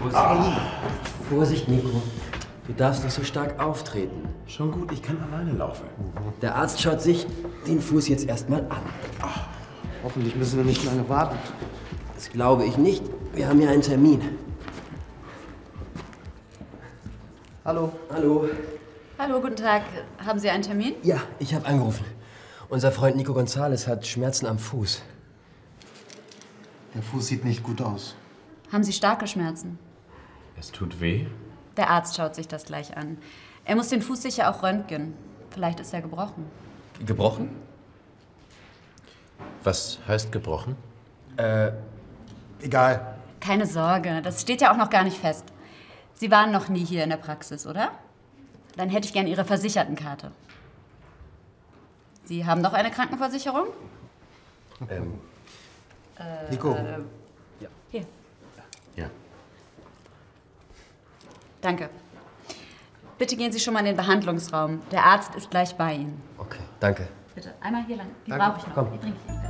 Vorsicht. Vorsicht, Nico. Du darfst nicht so stark auftreten. Schon gut, ich kann alleine laufen. Der Arzt schaut sich den Fuß jetzt erstmal an. Ah, Hoffentlich müssen wir nicht lange warten. Das glaube ich nicht. Wir haben ja einen Termin. Hallo. Hallo. Hallo, guten Tag. Haben Sie einen Termin? Ja, ich habe angerufen. Unser Freund Nico Gonzales hat Schmerzen am Fuß. Der Fuß sieht nicht gut aus. Haben Sie starke Schmerzen? Es tut weh. Der Arzt schaut sich das gleich an. Er muss den Fuß sicher auch röntgen. Vielleicht ist er gebrochen. Gebrochen? Was heißt gebrochen? Egal. Keine Sorge, das steht ja auch noch gar nicht fest. Sie waren noch nie hier in der Praxis, oder? Dann hätte ich gern Ihre Versichertenkarte. Sie haben doch eine Krankenversicherung? Ähm. Nico, Hier. Ja. Danke. Bitte gehen Sie schon mal in den Behandlungsraum. Der Arzt ist gleich bei Ihnen. Okay, danke. Bitte, einmal hier lang. Die Danke. brauche ich noch. Die trinke ich.